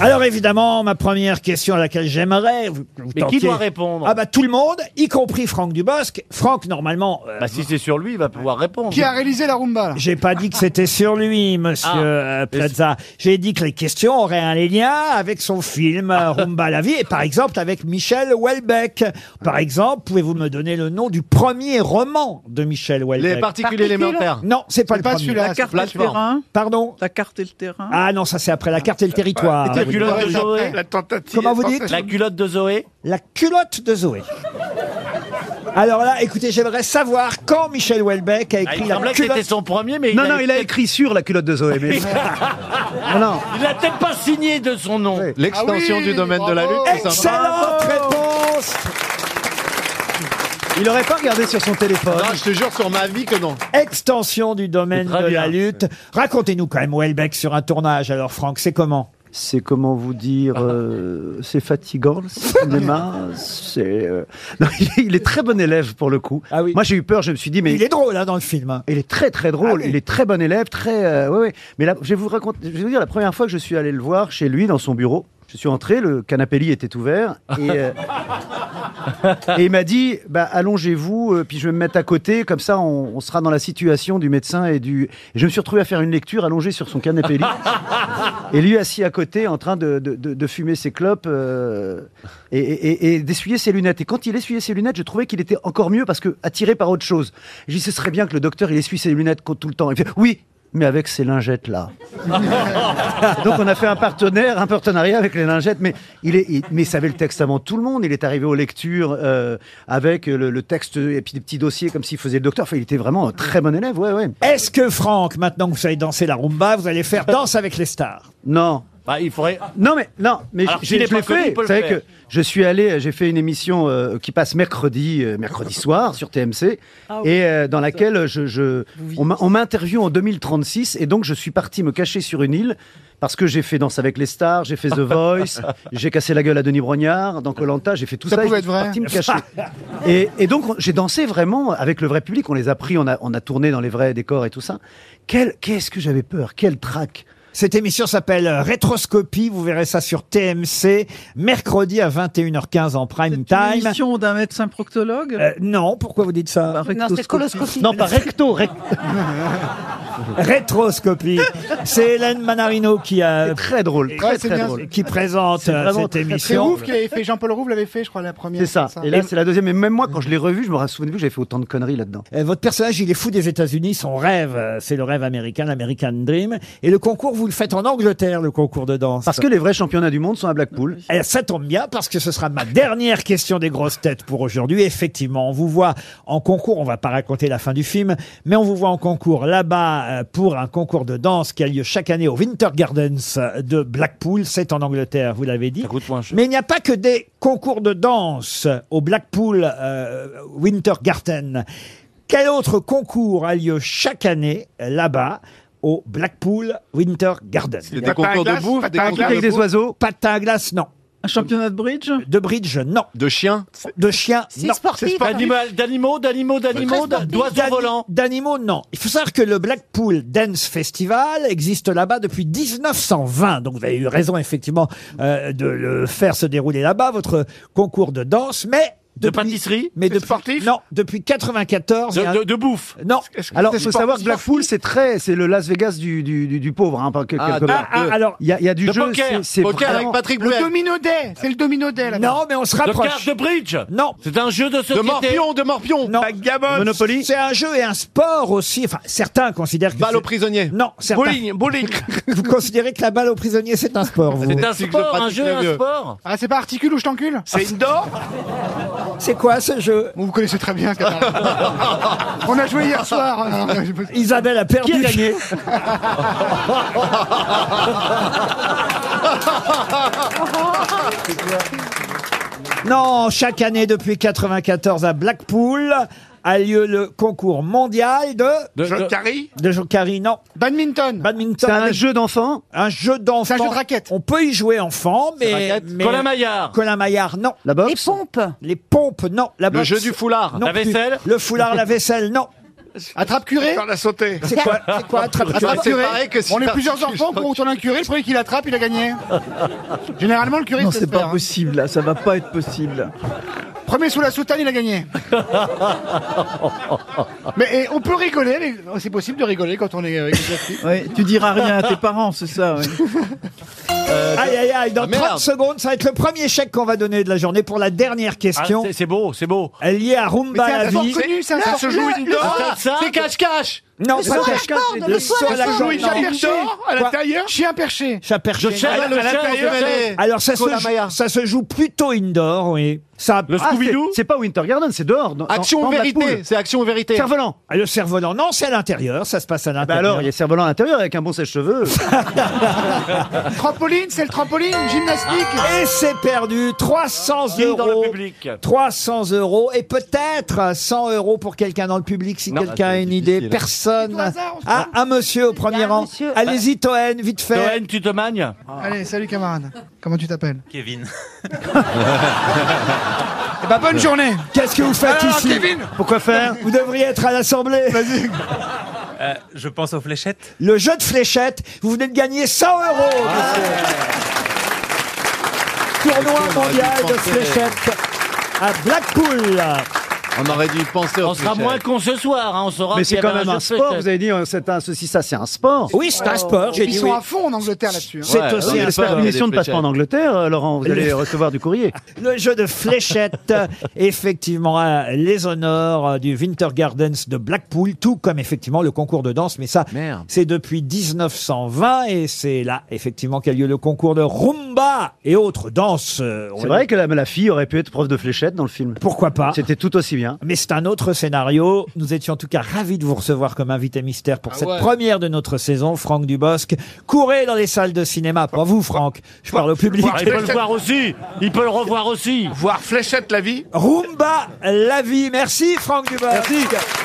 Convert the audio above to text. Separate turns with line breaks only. Alors évidemment, ma première question à laquelle j'aimerais... vous- que vous
Mais qui
tentiez-
doit répondre
Ah bah tout le monde, y compris Franck Dubosc. Franck, normalement... euh,
Bah, si c'est sur lui, il va pouvoir répondre.
Qui a réalisé la rumba là
J'ai pas dit que c'était sur lui, monsieur
Ah.
euh, Plaza. J'ai dit que les questions auraient un lien avec son film euh, Rumba la vie et par exemple avec Michel Houellebecq. Par exemple, pouvez-vous me donner le nom du premier roman de Michel
Les
Houellebecq
particules
Particules
élémentaires.
Non, c'est pas
C'est
le
pas
premier.
celui-là.
carte
c'est-
et le
plateforme.
terrain.
Pardon
La carte et le terrain.
Ah non, ça c'est après la carte et le territoire.
La culotte de Zoé.
La tentative.
Comment vous dites
La culotte de Zoé.
La culotte de Zoé. Alors là, écoutez, j'aimerais savoir quand Michel Houellebecq a
Ah,
écrit
il
la
semblait que c'était
culotte.
son premier, mais
Non, non, il a écrit sur la culotte de Zoé. mais- non, non.
Il a peut-être pas signé de son nom.
Oui.
Ah oui, bravo.
Excellente
Oh.
réponse
Il aurait pas regardé sur son téléphone.
je te jure sur ma vie que non.
extension du domaine
Très
de
bien.
la lutte. Racontez-nous quand même Welbeck sur un tournage. Alors Franck, c'est comment
C'est comment vous dire, euh, c'est fatigant le cinéma. C'est. euh,
Non, il, est, il est très bon élève pour le coup.
Ah oui.
Moi, j'ai eu peur. Je me suis dit, mais
Il est drôle hein, dans le film. hein.
Il est très très drôle,
Ah oui.
il est très bon élève, très. euh, ouais, ouais. Mais là, je vais vous raconter, je vais vous dire la première fois que je suis allé le voir chez lui dans son bureau. Je suis entré, le canapé lit était ouvert et, euh, et il m'a dit bah, allongez-vous, euh, puis je vais me mettre à côté, comme ça on, on sera dans la situation du médecin et du. Et je me suis retrouvé à faire une lecture allongé sur son canapé lit et lui assis à côté en train de, de- de- de fumer ses clopes euh, et, et- et d'essuyer ses lunettes. Et quand il essuyait ses lunettes, je trouvais qu'il était encore mieux parce que attiré par autre chose. J'ai dit ce serait bien que le docteur il essuie ses lunettes co- tout le temps. Il fait oui. Mais avec ces lingettes là. Donc on a fait un partenaire, un partenariat avec les lingettes, mais il est, il- mais il savait le texte avant tout le monde. Il est arrivé aux lectures euh, avec le, le texte et puis des petits dossiers comme s'il faisait le docteur. Enfin, il était vraiment un très bon élève. Ouais, ouais.
Est-ce que Franck, maintenant que vous savez danser la rumba, vous allez faire Danse avec les stars
Non,
Bah, il faudrait.
Non, mais non, mais
Alors,
j'ai
s'il est
je l'ai
pas connu, il
fait.
peut le
Vous savez
faire.
que je suis allé, j'ai fait une émission euh, qui passe mercredi, euh, mercredi soir sur TMC,
Ah oui.
et euh, dans laquelle je, je-
Vous
on m'a- on m'interviewe en 2036, et donc je suis parti me cacher sur une île parce que j'ai fait Danse avec les stars, j'ai fait The Voice, j'ai cassé la gueule à Denis Brognard dans Colanta, j'ai fait tout
Ça
ça. et
pouvait être
je suis
vrai.
parti me cacher. et, et donc on- j'ai dansé vraiment avec le vrai public. On les a pris, on a, on a tourné dans les vrais décors et tout ça. Quel- Qu'est-ce que j'avais peur, quel trac.
Cette émission s'appelle euh, Rétroscopie, vous verrez ça sur TMC, mercredi à 21h15 en prime
Une
time.
émission d'un médecin proctologue.
Euh, non, pourquoi vous dites
Bah,
ça
Par rectoscopie.
Non, pas recto, recto.
Rétroscopie. C'est Hélène Manarino qui, a,
Très drôle, très
Ouais, c'est
très
bien,
drôle.
qui présente euh,
vraiment
cette
très, très
C'est
émission.
ouf qu'il avait fait, Jean-Paul Rouve l'avait fait, je crois, la première.
C'est ça. Et là, c'est la deuxième. Et même moi, quand je l'ai revu, je me souviens plus que j'avais fait autant de conneries là-dedans.
Euh, Votre personnage, il est fou des États-Unis. Son rêve, euh, c'est le rêve américain, l'American Dream. Et le concours, vous le faites en Angleterre, le concours de danse.
Parce que les vrais championnats du monde sont à Blackpool.
Eh, ça tombe bien parce que ce sera ma dernière question des grosses têtes pour aujourd'hui. Effectivement, on vous voit en concours. On va pas raconter la fin du film, mais on vous voit en concours là-bas euh, pour un concours de danse qui a lieu chaque année au Winter Gardens euh, de Blackpool. C'est en Angleterre, vous l'avez dit.
Ça coûte moins cher.
Mais il n'y a pas que des concours de danse au Blackpool euh, Winter Garden. Quel autre concours a lieu chaque année euh, là-bas au Blackpool Winter Garden
Des concours de bouffe, des
Un truc avec des oiseaux.
Patin à glace, non.
Un championnat de bridge.
De bridge, non.
de chiens.
De chien, non.
sportif.
D'animal- D'animaux, d'animaux, d'animaux,
très
d'oiseaux
D'ani-
volants.
D'animaux, non. Il faut savoir que le Blackpool Dance Festival existe là-bas depuis 1920. Donc vous avez eu raison, effectivement, euh, de le faire se dérouler là-bas, votre concours de danse. Mais.
De
depuis-
pâtisserie.
Mais
C'est
depuis,
sportif
Non, depuis 94. il y a un-
De, de- de bouffe.
Non.
Alors, il faut savoir que Blackpool, c'est très, c'est le Las Vegas du, du, du, du pauvre, hein, par- que- quelque part.
Ah, alors.
Il y a, il y a du
De
jeu.
poker.
c'est- C'est
Poker
vraiment-
avec Patrick
Le
Bruel.
domino day, c'est le domino day là.
Non, mais on se
De cartes
rapproche.
de bridge.
Non.
C'est un jeu de
De
société.
morpion, de morpion.
Non.
Monopoly.
C'est un jeu et un sport aussi. Enfin, certains considèrent que.
Balle
c'est-
aux prisonniers.
Non, certains.
Bowling, bowling.
Vous considérez que la balle aux prisonniers, c'est un sport, vous
C'est un
C'est que
sport,
je
un
pratique
jeu,
le
un
mieux.
sport.
Ah, c'est pas articule ou je t'encule
C'est indoor
C'est quoi ce jeu
Bon, Ah, Vous connaissez très bien ce canard. On a joué hier soir. hein.
Isabelle a perdu.
Qui a gagné
Non, chaque année depuis 94 à Blackpool a lieu le concours mondial de
De-
John
de-
Carrey
de jokari, non,
Badminton.
badminton,
C'est un
avec-
jeu d'enfant.
un jeu d'enfant.
C'est un jeu de raquette.
On peut y jouer enfant, mais,
raquette.
mais-
Colin Maillard.
Colin Maillard, non.
La
Les
boxe.
pompes.
Les pompes, non. La
Le
boxe,
jeu du foulard.
non
La
plus.
vaisselle.
Le foulard, la vaisselle, non.
Attrape curé
Dans la sautée.
C'est quoi, c'est quoi attrape
Attrape curé. que si
On est
t'as-
plusieurs enfants pour retourner un curé, le premier qui l'attrape, il a gagné. Généralement, le curé,
Non,
sait
c'est
le
pas
faire, hein.
possible, là. Ça va pas être possible.
Premier sous la soutane, il a gagné. Mais et on peut rigoler, mais c'est possible de rigoler quand on est euh, avec les actifs.
Ouais, tu diras rien à tes parents, c'est ça. ouais.
Aïe, aïe, aïe, dans
Ah, merde.
30 secondes, ça va être le premier chèque qu'on va donner de la journée pour la dernière
Ah,
question.
c'est- c'est beau, c'est beau.
Elle est liée à Rumba
C'est
Bah, la
un sport
vie.
connu, c'est un
Ça
sport
se joue
connu.
une
Le-
dent.
Ah, ça,
C'est cache-cache
Non, pas
soir à
cache-cache,
Cordes, le
c'est le
soir
soir à la
Ça se joue
Cordes.
une chien perché à
Quoi
l'intérieur. Chien perché.
Chat perché.
Je cherche
Alors,
le
l'intérieur
cherche, je
de
cherche.
l'allée.
Alors ça se,
Nicolas
joue,
Maillard.
ça se joue plutôt indoor, oui. Ça,
Le
ah,
Scooby-Doo
C'est pas Winter Garden, c'est dehors. dans- dans-
Action
dans
ou
la
vérité
poule.
C'est action ou vérité
Cerf-volant.
ah, le cerf-volant, non, c'est à l'intérieur, ça se passe à
Bah
l'intérieur.
alors, il y a cerf-volant à l'intérieur avec un bon sèche-cheveux.
Trampoline, c'est le trampoline, gymnastique.
Et c'est perdu, 300
Qui est dans
euros.
le public
300 euros et peut-être 100 euros pour quelqu'un dans le public si quelqu'un a une idée. Personne.
Au hasard, on se
Ah, un monsieur au premier rang. Allez-y,
Bah.
Toen, vite fait.
Toen, tu te magnes
Ah.
Allez, salut camarade. Comment tu t'appelles
Kevin.
Eh ben, bonne journée.
Qu'est-ce que vous faites
Alors,
ici
Kevin,
Pourquoi faire
Vous devriez être à l'Assemblée.
Euh, je pense aux fléchettes.
Le jeu de fléchettes, vous venez de gagner 100 euros. monsieur. Tournoi
Écoutez, on aurait
mondial
dû
de
penser-
fléchettes à Blackpool.
On aurait dû penser au
On sera moins con ce soir, hein, on saura
Mais
qu'il y
c'est
avait
quand même
jeu
un
de
sport.
fléchettes.
Vous avez dit, euh, c'est un ceci, ça, c'est un sport.
Oui, c'est un sport, j'ai
Ils
dit
sont
oui.
à fond en Angleterre là-dessus. hein.
C'est
Ah
aussi un
J'espère
sport.
que l'émission ne passe pas en Angleterre, euh, Laurent. Vous allez recevoir du courrier.
Le jeu de fléchettes, effectivement, euh, les honneurs euh, du Winter Gardens de Blackpool, tout comme effectivement le concours de danse, mais ça,
Merde.
c'est depuis 1920 et c'est là, effectivement, qu'a lieu le concours de rumba et autres danses. euh, on Ah.
C'est
va dire.
vrai que la, la fille aurait pu être prof de fléchette dans le film.
Pourquoi pas
C'était tout aussi bien.
mais c'est un autre scénario. Nous étions en tout cas ravis de vous recevoir comme invité mystère pour cette
ouais.
première de notre saison, Franck Dubosc. Courez dans les salles de cinéma, pas vous Franck, je parle au public.
Ah, Il peut le voir aussi, il peut le revoir aussi.
Rumba, la vie. Merci Franck Dubosc.